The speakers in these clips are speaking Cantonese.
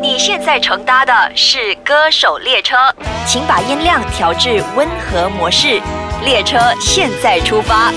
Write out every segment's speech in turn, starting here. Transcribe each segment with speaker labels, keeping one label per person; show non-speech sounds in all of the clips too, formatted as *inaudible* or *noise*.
Speaker 1: 你现在乘搭的是歌手列车，请把音量调至温和模式。列车现在出发。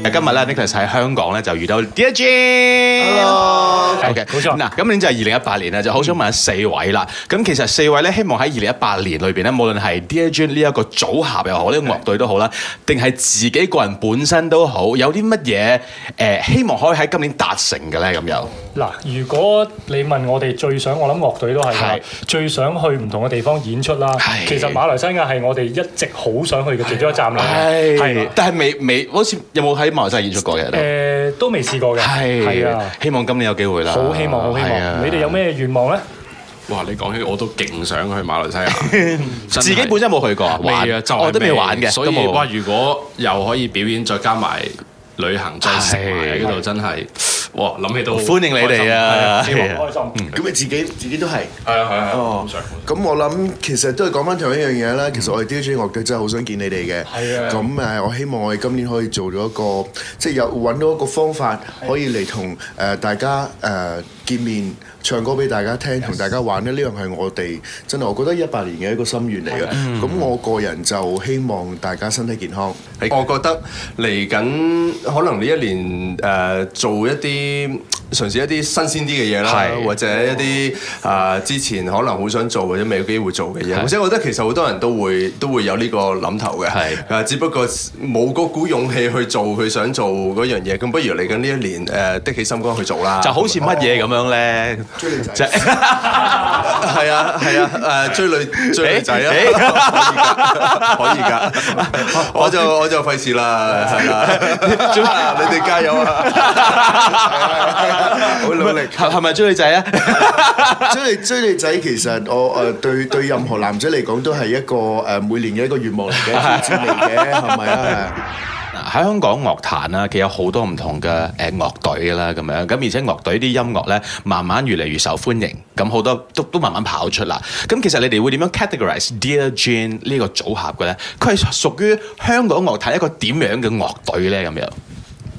Speaker 2: 今日咧 n i c o l 喺香港咧就遇到 Dear Jane，Hello，OK，
Speaker 3: 冇錯
Speaker 2: 嗱，今年就係二零一八年啦，就好想問下四位啦。咁其實四位咧，希望喺二零一八年裏邊咧，無論係 Dear Jane 呢一個組合又好，呢個樂隊都好啦，定係自己個人本身都好，有啲乜嘢誒希望可以喺今年達成嘅咧？咁又
Speaker 3: 嗱，如果你問我哋最想，我諗樂隊都係啦
Speaker 2: 係，
Speaker 3: 最想去唔同嘅地方演出啦
Speaker 2: 係。
Speaker 3: 其實馬來西亞係我哋一直好想去嘅其中一站嚟嘅，係
Speaker 2: 係
Speaker 3: 啦，
Speaker 2: 但係未未好似有冇喺馬來西亞演出過嘅？
Speaker 3: 誒都未試過嘅，
Speaker 2: 係
Speaker 3: 啊，，
Speaker 2: 希望今年有機會啦。
Speaker 3: 好希望，好希
Speaker 2: 係啊
Speaker 3: 望。你哋有咩願望咧？
Speaker 4: 哇！你講起我都勁想去馬來西
Speaker 2: *laughs*
Speaker 4: 亞，真係
Speaker 2: 自己本身有冇去過啊？
Speaker 4: 未啊，
Speaker 2: 玩
Speaker 4: 就係
Speaker 2: 我都未玩嘅，
Speaker 4: 所
Speaker 2: 都
Speaker 4: 以
Speaker 2: 冇
Speaker 4: 哇，如果又可以表演，再加埋旅行，再食埋喺嗰度，真係哇！諗起都
Speaker 2: 歡迎你哋啊
Speaker 4: 開
Speaker 2: *laughs*
Speaker 4: 心希望
Speaker 2: 係啊
Speaker 3: 開心。
Speaker 5: 咁你自己自己都係。
Speaker 4: 係啊係啊，
Speaker 5: 哦
Speaker 4: 好想好想，
Speaker 5: 咁我諗其實都係講翻同一樣嘢啦。其實我哋 DJ 樂隊真係好想見你哋
Speaker 3: 係
Speaker 5: 嘅。
Speaker 3: 啊
Speaker 5: 咁誒，我希望我哋今年可以做到一個，即係有揾到一個方法，可以嚟同誒大家誒見面，唱歌俾大家聽，同大家玩咧。呢樣係我哋真係我覺得一八年嘅一個心願嚟嘅。咁我個人就希望大家身體健康。
Speaker 6: 我覺得嚟緊呃可能呢一年誒、呃做一啲嘗試一啲新鮮啲嘅嘢啦，
Speaker 2: 係
Speaker 6: 或者一啲誒、呃之前可能好想做或者未有機會做嘅嘢，或者我覺得其實好多人都會都會有呢個諗頭嘅，
Speaker 2: 係
Speaker 6: 誒只不過冇嗰股勇氣去做佢想做嗰樣嘢，咁不如嚟緊呢一年誒、呃的起心肝去做啦，
Speaker 2: 就好似乜嘢咁樣咧？
Speaker 5: 追女仔
Speaker 2: 就 *laughs*
Speaker 6: 係啊係啊誒、
Speaker 2: à,
Speaker 6: 追女追女仔啊！
Speaker 2: *laughs* 誒誒
Speaker 6: 可以噶，我就我就費事啦，係啦，你哋加油
Speaker 2: à.
Speaker 6: 啊！好努力。
Speaker 2: 係係咪追女仔啊？
Speaker 5: *laughs* 追女追女仔其實我誒、呃、對對任何男仔嚟講都係一個誒、呃每年嘅一個願望嚟嘅，挑戰嚟嘅，係咪啊？
Speaker 2: 喺香港樂壇啦，其實有好多唔同嘅誒樂隊啦，咁樣咁而且樂隊啲音樂咧，慢慢越嚟越受歡迎，咁好多都都慢慢跑出啦。咁其實你哋會點樣 categorize Dear Jane 呢個組合嘅咧？佢係屬於香港樂壇一個點樣嘅樂隊咧？咁樣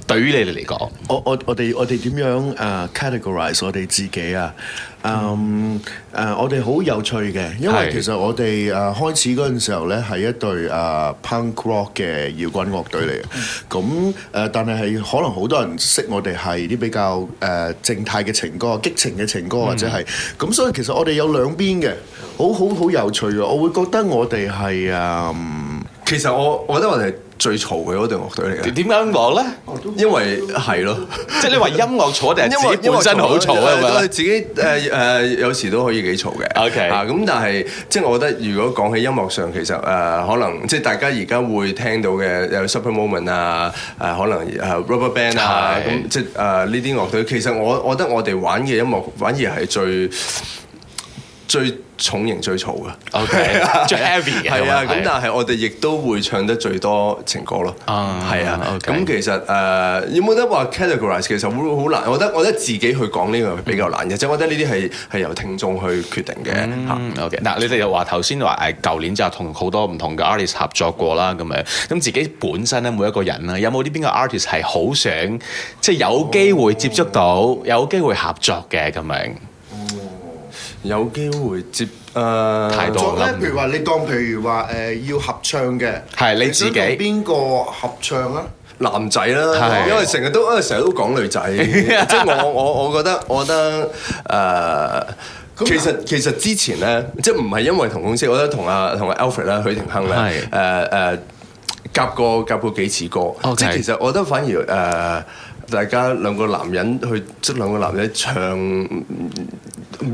Speaker 2: 對於你哋嚟講，
Speaker 5: 我我我哋我哋點樣誒、呃 categorize 我哋自己啊？嗯誒，我哋好有趣嘅，因為
Speaker 2: 係
Speaker 5: 其實我哋誒、呃、開始嗰陣時候咧，係一隊誒、呃 punk rock 嘅搖滾樂隊嚟嘅。咁誒、呃但係係可能好多人識我哋係啲比較誒、呃靜態嘅情歌、激情嘅情歌或者係咁，所以其實我哋有兩邊嘅，好好好有趣嘅。我會覺得我哋係誒。嗯
Speaker 6: 其實我我覺得我哋係最嘈嘅嗰隊樂隊嚟
Speaker 2: 點點解咁講咧？
Speaker 6: 嘅，因為係咯。
Speaker 2: 即係你話音樂嘈定係
Speaker 6: 因
Speaker 2: 自
Speaker 6: 為
Speaker 2: 己本身好嘈啊？咁
Speaker 6: 我
Speaker 2: 樣
Speaker 6: 自己誒誒有時都可以幾嘈嘅。
Speaker 2: OK
Speaker 6: 啊咁，但係即係我覺得，如果講起音樂上，其實誒可能即係大家而家會聽到嘅有 Super Moment 啊，誒可能誒 Rubber Band 啊，
Speaker 2: 係
Speaker 6: 咁即係誒呢啲樂隊，其實我我覺得我哋玩嘅音樂反而係最最重型最嘈嘅。 *laughs*
Speaker 2: OK，最 heavy 嘅
Speaker 6: 係啊，咁
Speaker 2: 係
Speaker 6: 但係我哋亦都會唱得最多情歌咯。
Speaker 2: 啊
Speaker 6: 係啊，
Speaker 2: OK
Speaker 6: 咁其實誒有冇得話 categorize 其實好好難，我覺得我覺得自己去講呢個比較難嘅，即係我覺得呢啲係係由聽眾去決定嘅嚇。
Speaker 2: 嗯，OK。嗱，你哋又話頭先話誒，舊年就同好多唔同嘅 artist 合作過啦，咁樣。咁自己本身咧，每一個人啦，有冇啲邊個 artist 係好想即係有機會接觸到，有機會合作嘅咁樣？
Speaker 6: 有機會接呃誒
Speaker 2: 太多
Speaker 5: 作咧
Speaker 2: 啦，
Speaker 5: 譬如話你當譬如話誒、呃要合唱嘅，
Speaker 2: 係你自己
Speaker 5: 想同邊個合唱啊？
Speaker 6: 男仔啦，
Speaker 2: 係
Speaker 6: 因為成日都因為成日都講
Speaker 2: *laughs*
Speaker 6: 女仔，即係我我我覺得我覺得誒。其實其實之前咧，即係唔係因為同公司，我覺得同阿同阿 Alfred 啦、許廷鏗咧，誒
Speaker 2: 係
Speaker 6: 誒、夾過夾過幾次歌
Speaker 2: OK
Speaker 6: 即係其實我覺得反而誒、呃大家兩個男人去即係兩個男人唱，唔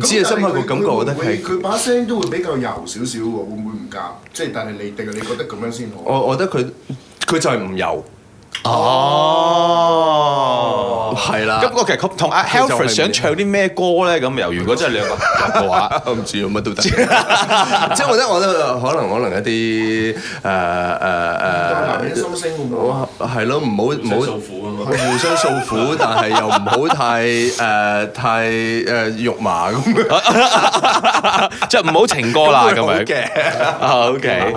Speaker 6: 知啊，深刻個感覺，我覺得係。
Speaker 5: 佢把聲都會比較柔少少喎，會唔會唔夾？即係但係你定係你覺得咁樣先好？
Speaker 6: 我我覺得佢佢就係唔油，
Speaker 2: 哦。
Speaker 6: 係啦、
Speaker 2: 咁我其實同阿
Speaker 6: 佢就係
Speaker 2: Alfred 想唱啲咩歌咧？咁又如果真係兩個合嘅
Speaker 6: *laughs*
Speaker 2: 話，
Speaker 6: 我唔知啊，乜都得。即係我覺得，我覺得可能可能一啲
Speaker 5: 男
Speaker 6: 誒
Speaker 5: 人
Speaker 6: 誒誒，
Speaker 5: 心聲會唔會？
Speaker 6: 我係咯，唔好唔好
Speaker 4: 訴苦啊嘛
Speaker 6: 互相訴 *laughs* 苦，但係又唔好太誒太誒肉麻 *laughs* 咁樣。
Speaker 2: *laughs* 即係唔好情歌啦咁
Speaker 6: 咁會好
Speaker 2: 樣。
Speaker 6: 嘅。
Speaker 2: 啊 OK。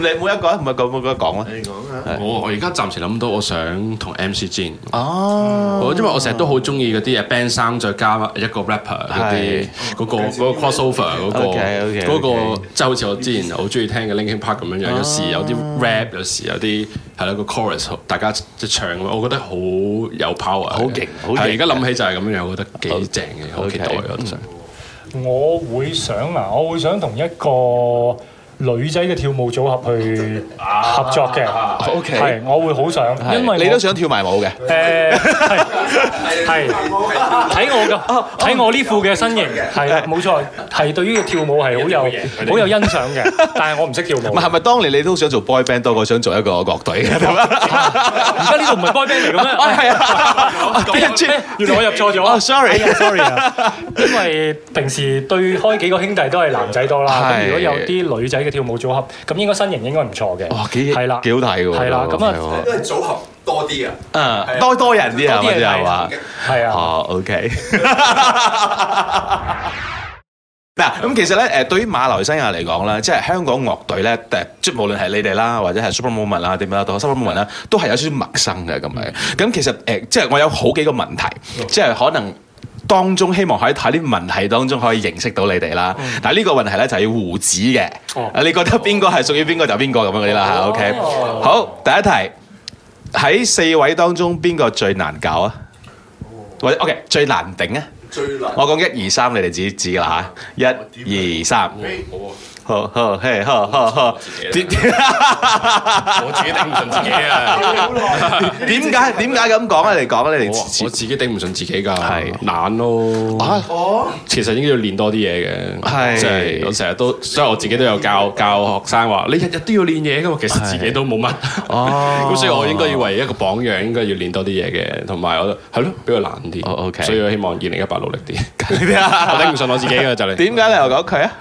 Speaker 2: 你每一個每一個每一個講啦。
Speaker 5: 你講啊，
Speaker 4: 我我而家暫時諗到，我想同 MC Jin，
Speaker 2: 哦，
Speaker 4: 我因為我成日都好中意嗰啲嘢 band 生再加一個 rapper 嗰啲
Speaker 2: 係哦
Speaker 4: 嗰個嗰個 crossover 嗰個
Speaker 2: OK，OK，OK 啊
Speaker 4: 嗰個，即係好似我之前好中意聽嘅 Linkin Park 咁樣樣，有時有啲 rap，有時有啲係啦個 chorus，大家即係唱，我覺得好有 power，
Speaker 2: 好勁好勁
Speaker 4: 係而家諗起就係咁樣樣，我覺得幾正嘅，好期待啊
Speaker 2: OK 嗯
Speaker 4: 我都想。
Speaker 3: 我會想啊，我會想同一個女仔嘅跳舞組合去合作嘅。
Speaker 2: OK
Speaker 3: 係我會好想，因為
Speaker 2: 你
Speaker 3: 我
Speaker 2: 都想跳埋舞嘅，
Speaker 3: 誒係係睇我嘅，睇我呢副嘅身形係啦冇錯，係對於跳舞係好有好有欣賞嘅，但係我唔識跳舞
Speaker 2: 唔。係係咪當年你都想做 boy band 多過想做一個樂隊嘅？係
Speaker 3: 而家呢度唔係 boy band 嚟嘅咩？
Speaker 2: 係啊，
Speaker 3: 哎原來我入錯咗
Speaker 2: 哦，sorry，
Speaker 3: sorry 啊，因為平時對開幾個兄弟都係男仔多啦，
Speaker 2: 係
Speaker 3: 咁如果有啲女仔嘅跳舞組合，咁應該身形應該唔錯嘅。
Speaker 2: 哇，幾
Speaker 3: 係啦，
Speaker 2: 幾好睇喎，
Speaker 3: 係啦，咁啊，
Speaker 2: 係
Speaker 6: 因為組合多啲啊，
Speaker 2: 喎，嗯，多多人啲啊，
Speaker 3: 多啲
Speaker 2: 咪
Speaker 3: 人
Speaker 2: 就係話。
Speaker 3: 係啊，
Speaker 2: 哦，OK。嗱，咁其實咧，誒對於馬來西亞嚟講啦，即係香港樂隊咧，誒即係無論係你哋啦，或者係 Super Moment 啦，點樣啦，到 Super Moment 啦，都係有少少陌生嘅咁樣。咁其實誒，即係我有好幾個問題，即係可能。當中希望喺睇啲問題當中可以認識到你哋啦，但係呢個問題咧就係要互指嘅，
Speaker 3: 哦
Speaker 2: 你覺得邊個係屬於邊個就邊個咁樣嗰啲啦嚇，OK，好，第一題喺四位當中邊個最難搞啊？或者 OK 最難頂啊？
Speaker 6: 最難
Speaker 2: 我講一二三，你哋自己指㗎啦嚇，一二三，好好嘿，好好好，點
Speaker 4: 我自己頂唔順自己啊！
Speaker 2: 點解點解咁講啊？你講啊，你哋
Speaker 4: 我
Speaker 2: 自
Speaker 4: 我自己頂唔順自己㗎，
Speaker 2: 係
Speaker 4: 懶咯。
Speaker 2: 啊
Speaker 4: 其實應該要練多啲嘢嘅，
Speaker 2: 係
Speaker 4: 即係我成日都，所以我自己都有教教學生話，你日日都要練嘢噶嘛，其實自己都冇乜，
Speaker 2: 哦
Speaker 4: 咁所以我應該要為一個榜樣，應該要練多啲嘢嘅，同埋我係咯，比較難啲
Speaker 2: 哦，OK
Speaker 4: 所以我希望二零一八努力啲，我頂唔
Speaker 2: 點
Speaker 4: 順我自己嘅就嚟，
Speaker 2: 解你又講佢啊？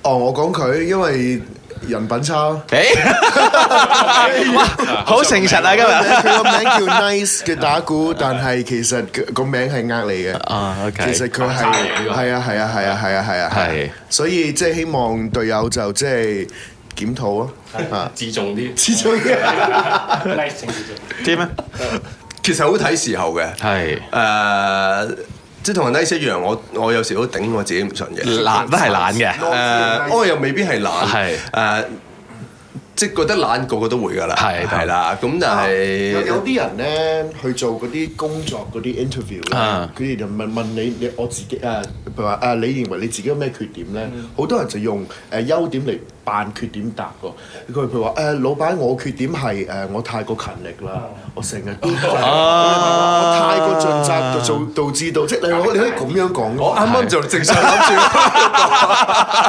Speaker 5: 哦，我講佢，因為人品差咯。
Speaker 2: 誒，哇，好誠實啊今日。
Speaker 5: *laughs* 佢個名叫 Nice 嘅打鼓，但係其實個個名係呃你嘅。
Speaker 2: 啊，OK
Speaker 5: 其實佢係係啊係啊係啊係啊係啊
Speaker 2: 係
Speaker 5: 所以即係希望隊友就即係檢討咯。啊，
Speaker 4: 自重啲。
Speaker 5: 始終
Speaker 2: 點啊？
Speaker 6: 其實好睇時候嘅。
Speaker 2: 係
Speaker 6: 誒，即係同人 nice 一樣，我我有時都頂我自己唔順嘅。
Speaker 2: 懶都係懶嘅
Speaker 6: 誒、我又未必係懶，
Speaker 2: 係
Speaker 6: 誒、即係覺得懶個個都會㗎啦，
Speaker 2: 係
Speaker 6: 係啦，咁但
Speaker 5: 有有
Speaker 6: 係
Speaker 5: 啲人咧去做嗰啲工作嗰啲 interview 咧
Speaker 2: 啊，
Speaker 5: 佢哋就問問你你我自己誒，譬如話誒，你認為你自己有咩缺點咧？好多人就用誒優點嚟扮缺點答喎。佢譬如話誒，老闆我缺點係誒，我太過勤力啦，我成日都我太過盡責，就做導致到即係你可你可以咁樣講
Speaker 6: 我
Speaker 5: 咯。
Speaker 6: 啱啱就正想諗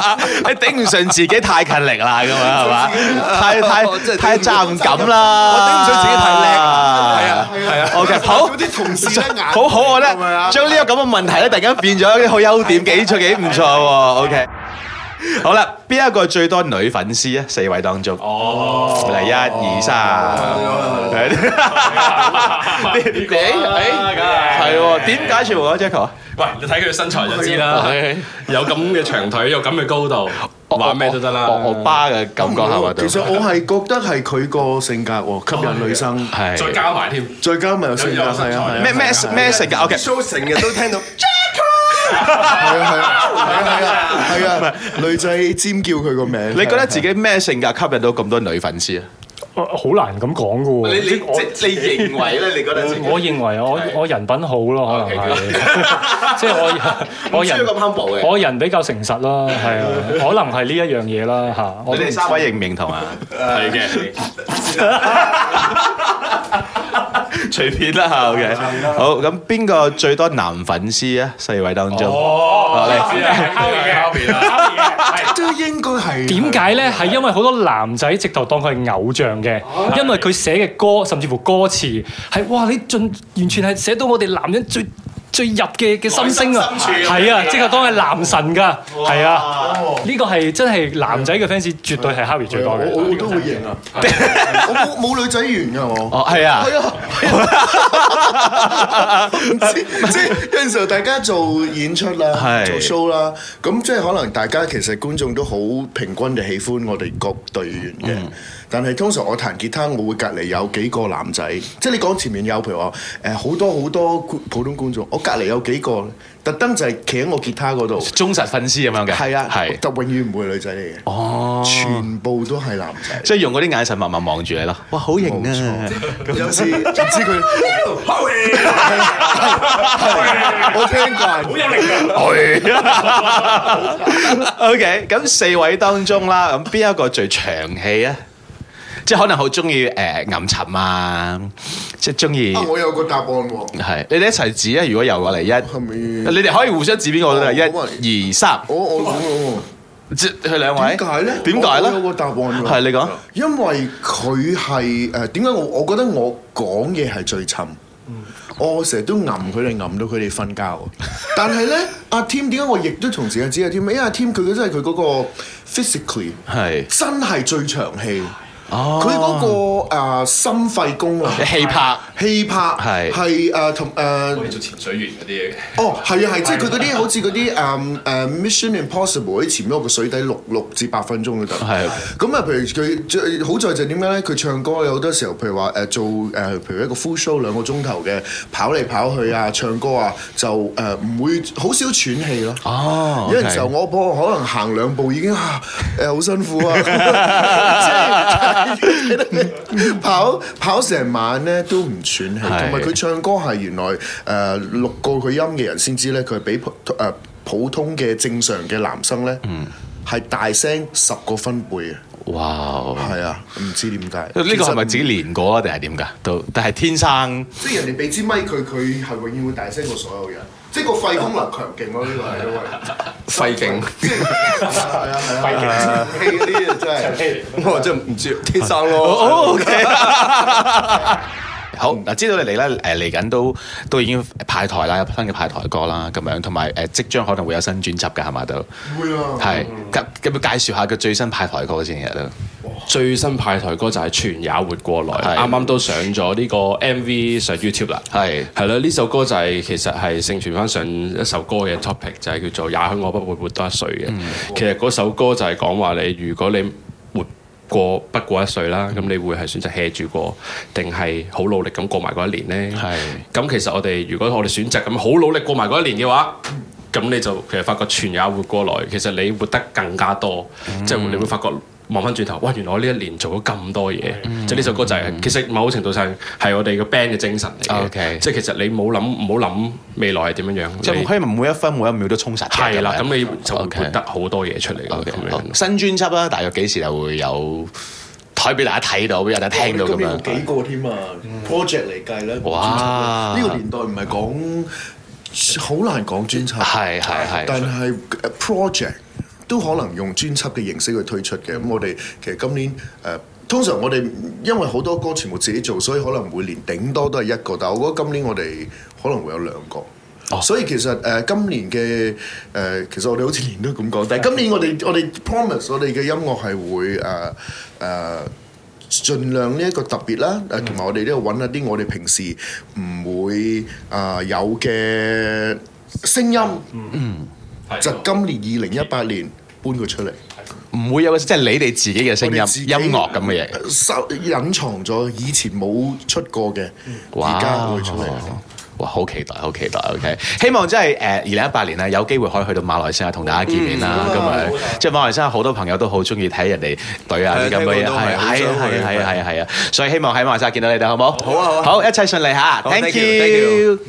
Speaker 2: *laughs*
Speaker 6: *laughs*
Speaker 2: 你頂唔順自己太勤力啦，咁樣係嘛？太
Speaker 6: 我真
Speaker 2: 太太
Speaker 6: 係
Speaker 2: 責任感啦，
Speaker 6: 我頂唔順自己太叻
Speaker 5: À,
Speaker 6: 係啊
Speaker 2: 係啊，OK，好 à,
Speaker 5: 嗰。啲同事咧眼
Speaker 2: 好好我咧
Speaker 5: 係咪啊，
Speaker 2: 將呢個咁嘅問題咧，突然間變咗一啲好優點，幾出幾唔錯喎。OK，好啦，邊一個最多女粉絲啊？四位當中，哦，嚟一二三，你你
Speaker 5: *laughs*
Speaker 2: 係喎？點解全部講 Jacko 啊？
Speaker 4: 喂，你睇佢嘅身材就知啦，有咁嘅長腿，有咁嘅高度，話咩都得啦。
Speaker 2: 惡惡巴嘅感覺係咪對？
Speaker 5: 其實我係覺得係佢個性格喎，吸引女生，
Speaker 4: 再
Speaker 2: 係
Speaker 4: 加埋添，
Speaker 5: 再加埋有性格
Speaker 4: 有有身
Speaker 5: 係
Speaker 4: 材
Speaker 5: 啊係啊
Speaker 2: 咩咩咩食㗎？OK。
Speaker 6: 住，show 成日都 *laughs* 聽到，
Speaker 5: 係啊係啊係啊係啊係啊，女仔尖叫佢個名。
Speaker 2: 你覺得自己咩性格吸引到咁多女粉絲啊？
Speaker 3: 我好難咁講嘅喎。即係我
Speaker 2: 你認為咧？你覺
Speaker 6: *laughs*
Speaker 2: 得
Speaker 3: 我我認為我我人品好咯，可能係， *laughs* 即係我我
Speaker 2: *laughs*
Speaker 3: 人
Speaker 2: humble
Speaker 3: 我人比較誠實啦，係
Speaker 2: *laughs*
Speaker 3: 啊，可能係呢一樣嘢啦嚇。我
Speaker 2: 你
Speaker 3: 都唔
Speaker 2: 哋
Speaker 3: 知
Speaker 2: 三位認唔認同 *laughs* 啊？
Speaker 4: 係嘅。
Speaker 2: *laughs* 隨便啦嚇，OK。好，咁邊個最多男粉絲啊？四位當中，好
Speaker 4: 啊
Speaker 2: 嚟
Speaker 5: 都應該係
Speaker 3: 點解呢？係因為好多男仔直頭當佢係偶像嘅，
Speaker 2: 哦
Speaker 3: 因為佢寫嘅歌，甚至乎歌詞係哇！你盡完全係寫到我哋男人最最入嘅嘅心聲啊，
Speaker 2: 內心深處
Speaker 3: 係啊，即係當係男神㗎，係啊，呢個係真係男仔嘅 fans 絕對係 Harry 最多嘅。
Speaker 5: 我我都會贏啊！ *laughs* 我冇冇女仔緣㗎我。
Speaker 2: 哦，係啊，
Speaker 5: *laughs* 即即有陣時候大家做演出啦，
Speaker 2: 係
Speaker 5: 做 show 啦，咁即係可能大家其實觀眾都好平均地喜歡我哋各隊員嘅。
Speaker 2: 嗯
Speaker 5: 但係通常我彈吉他，我會隔離有幾個男仔，即係你講前面有，譬如話誒好多好多觀普通觀眾，我隔離有幾個特登就係企喺我吉他嗰度，
Speaker 2: 忠實粉絲咁樣嘅，
Speaker 5: 係啊，
Speaker 2: 係
Speaker 5: 但永遠唔會女仔嚟嘅，
Speaker 2: 哦，
Speaker 5: 全部都係男仔。
Speaker 2: 即係用嗰啲眼神默默望住你咯，哇，好型啊！
Speaker 5: 有時唔知
Speaker 6: *laughs*
Speaker 5: 佢，我聽慣。
Speaker 6: 哎
Speaker 2: *laughs* O K，咁四位當中啦，咁邊一個最長氣啊？即係可能好中意誒吟沉啊，即係中意
Speaker 5: 啊，我有個答案喎。
Speaker 2: 係你哋一齊指啊！如果由我嚟一，
Speaker 5: 咪
Speaker 2: 你哋可以互相指邊個都得，
Speaker 5: 哦
Speaker 2: 一、二、三，
Speaker 5: 我我我
Speaker 2: 即佢兩
Speaker 5: 我
Speaker 2: 位。
Speaker 5: 點解咧？
Speaker 2: 點解
Speaker 5: 我我有個
Speaker 2: 咧？
Speaker 5: 答案喎。
Speaker 2: 係你講，
Speaker 5: 因為佢係誒點解我我覺得我講嘢係最沉。我成日都揞佢哋，揞到佢哋瞓覺。但係咧，阿 Tim 點解我亦都同時間知阿 Tim？因為阿 Tim 佢真係佢嗰個 physically
Speaker 2: 係
Speaker 5: 真係最長氣。
Speaker 2: 哦
Speaker 5: 佢嗰、個、呃、心肺功能、
Speaker 2: 氣魄
Speaker 5: 氣魄
Speaker 2: 係
Speaker 5: 係誒同誒。
Speaker 4: 做潛水員嗰啲嘅。
Speaker 5: 哦，係啊，係，即係佢嗰啲好似嗰啲誒誒 Mission Impossible 喺潛咗個水底六六至八分鐘嗰度。
Speaker 2: 係
Speaker 5: 咁啊，譬如佢最好在就點解咧？佢唱歌有好多時候，譬如話誒、呃做誒、呃譬如一個 full show 兩個鐘頭嘅跑嚟跑去啊，唱歌啊，就誒唔、會好少喘氣咯。
Speaker 2: 哦
Speaker 5: *laughs* 有陣時候我播可能行兩步已經啊誒好、辛苦
Speaker 2: *laughs*
Speaker 5: 啊， *laughs* 即係跑跑成晚咧都唔喘氣，同
Speaker 2: 係
Speaker 5: 埋佢唱歌係原來誒、呃、錄過佢音嘅人先知咧，佢係比普誒、呃普通嘅正常嘅男生咧
Speaker 2: 嗯
Speaker 5: 係、大聲十個分貝嘅，啊
Speaker 2: 哇！哦
Speaker 5: 係啊，唔知點解
Speaker 2: 呢個係咪
Speaker 5: 其實
Speaker 2: 自己練過啊？定係點㗎？都但係天
Speaker 5: *laughs*
Speaker 2: 生
Speaker 5: 即係人哋俾支咪佢，佢係永遠會大聲過所有人，即係個肺功能強勁咯，呢個係因為。
Speaker 6: 肺勁，
Speaker 5: 即係係啊係啊，氣嗰啲啊真係。
Speaker 6: 我真係唔知天生咯。
Speaker 2: O K，好嗱，知道你哋咧誒嚟緊都都已經派台啦，有新嘅派台歌啦，咁樣同埋誒即將可能會有新專輯㗎，係嘛都
Speaker 5: 會啊
Speaker 2: 係咁咁要介紹下佢最新派台歌先嘅都
Speaker 4: 最新派台歌就係《全也活過來》，
Speaker 2: 係
Speaker 4: 啱啱都上咗呢個 MV 上 YouTube 啦。
Speaker 2: 係
Speaker 4: 係啦，呢首歌就係、其實係盛傳翻上一首歌嘅 topic，就係叫做《也許我不會活多一歲》嘅。其實嗰首歌就係講話你，如果你活過不過一歲啦，咁你會係選擇 hea 住過，定係好努力咁過埋嗰一年呢？
Speaker 2: 係
Speaker 4: 咁其實我哋如果我哋選擇咁好努力過埋嗰一年嘅話，咁你就其實發覺全也活過來，其實你活得更加多，
Speaker 2: 嗯
Speaker 4: 即係你會發覺望翻轉頭，哇！原來我呢一年做咗咁多嘢，
Speaker 2: 嗯
Speaker 4: 即係呢首歌就係、其實某程度上係我哋個 band 嘅精神嚟嘅
Speaker 2: OK
Speaker 4: 即係其實你冇諗唔好諗未來係點樣樣，
Speaker 2: 即
Speaker 4: 你
Speaker 2: 係可以每一分每一秒都充實嘅
Speaker 4: 係啦，咁
Speaker 2: 樣
Speaker 4: 你就會
Speaker 2: OK
Speaker 4: 活得好多嘢出嚟咯，
Speaker 2: OK，
Speaker 4: 咁
Speaker 2: 好
Speaker 4: 樣。
Speaker 2: 新專輯啦，啊大約幾時就會有台俾大家睇到，俾大家聽到咁
Speaker 5: 今年有幾
Speaker 2: 樣？嗯
Speaker 5: 個添啊？project 嚟計咧，
Speaker 2: 哇
Speaker 5: 呢個年代唔係講好難講專輯，
Speaker 2: 係係係
Speaker 5: 但係呃 project 都可能用專輯嘅形式去推出嘅。咁我哋其實今年誒。呃通常我哋因為好多歌全部自己做，所以可能每年頂多都係一個，但係我覺得今年我哋可能會有兩個。所以其實誒、呃今年嘅誒、呃其實我哋好似年都咁講，但係今年我哋我哋 promise 我哋嘅音樂係會誒誒。呃盡量呢一個特別啦，誒同埋我哋呢度揾一啲我哋平時唔會啊、有嘅聲音，就今年二零一八年搬佢出嚟，
Speaker 2: 唔會有即係你哋自己嘅聲音、
Speaker 5: 我哋自己
Speaker 2: 音樂咁嘅嘢。
Speaker 5: 呃收隱藏咗以前冇出過嘅，
Speaker 2: 哇
Speaker 5: 而家會出嚟。
Speaker 2: 哇！好期待，好期待。OK，希望真係誒二零一八年啊咧，有機會可以去到馬來西亞同大家見面啦。咁樣即係馬來西亞好多朋友都好中意睇人哋隊啊啲
Speaker 6: 係
Speaker 2: 咁嘅嘢，
Speaker 6: 聽講都
Speaker 2: 係
Speaker 6: 係好想
Speaker 2: 係啊係
Speaker 6: 去
Speaker 2: 啊係啊係啊係啊！所以希望喺馬來西亞見到你哋，好冇？好
Speaker 6: 啊好啊
Speaker 2: 好一齊順利嚇
Speaker 6: 好
Speaker 2: ，thank
Speaker 6: ，thank you，thank
Speaker 2: you
Speaker 6: you。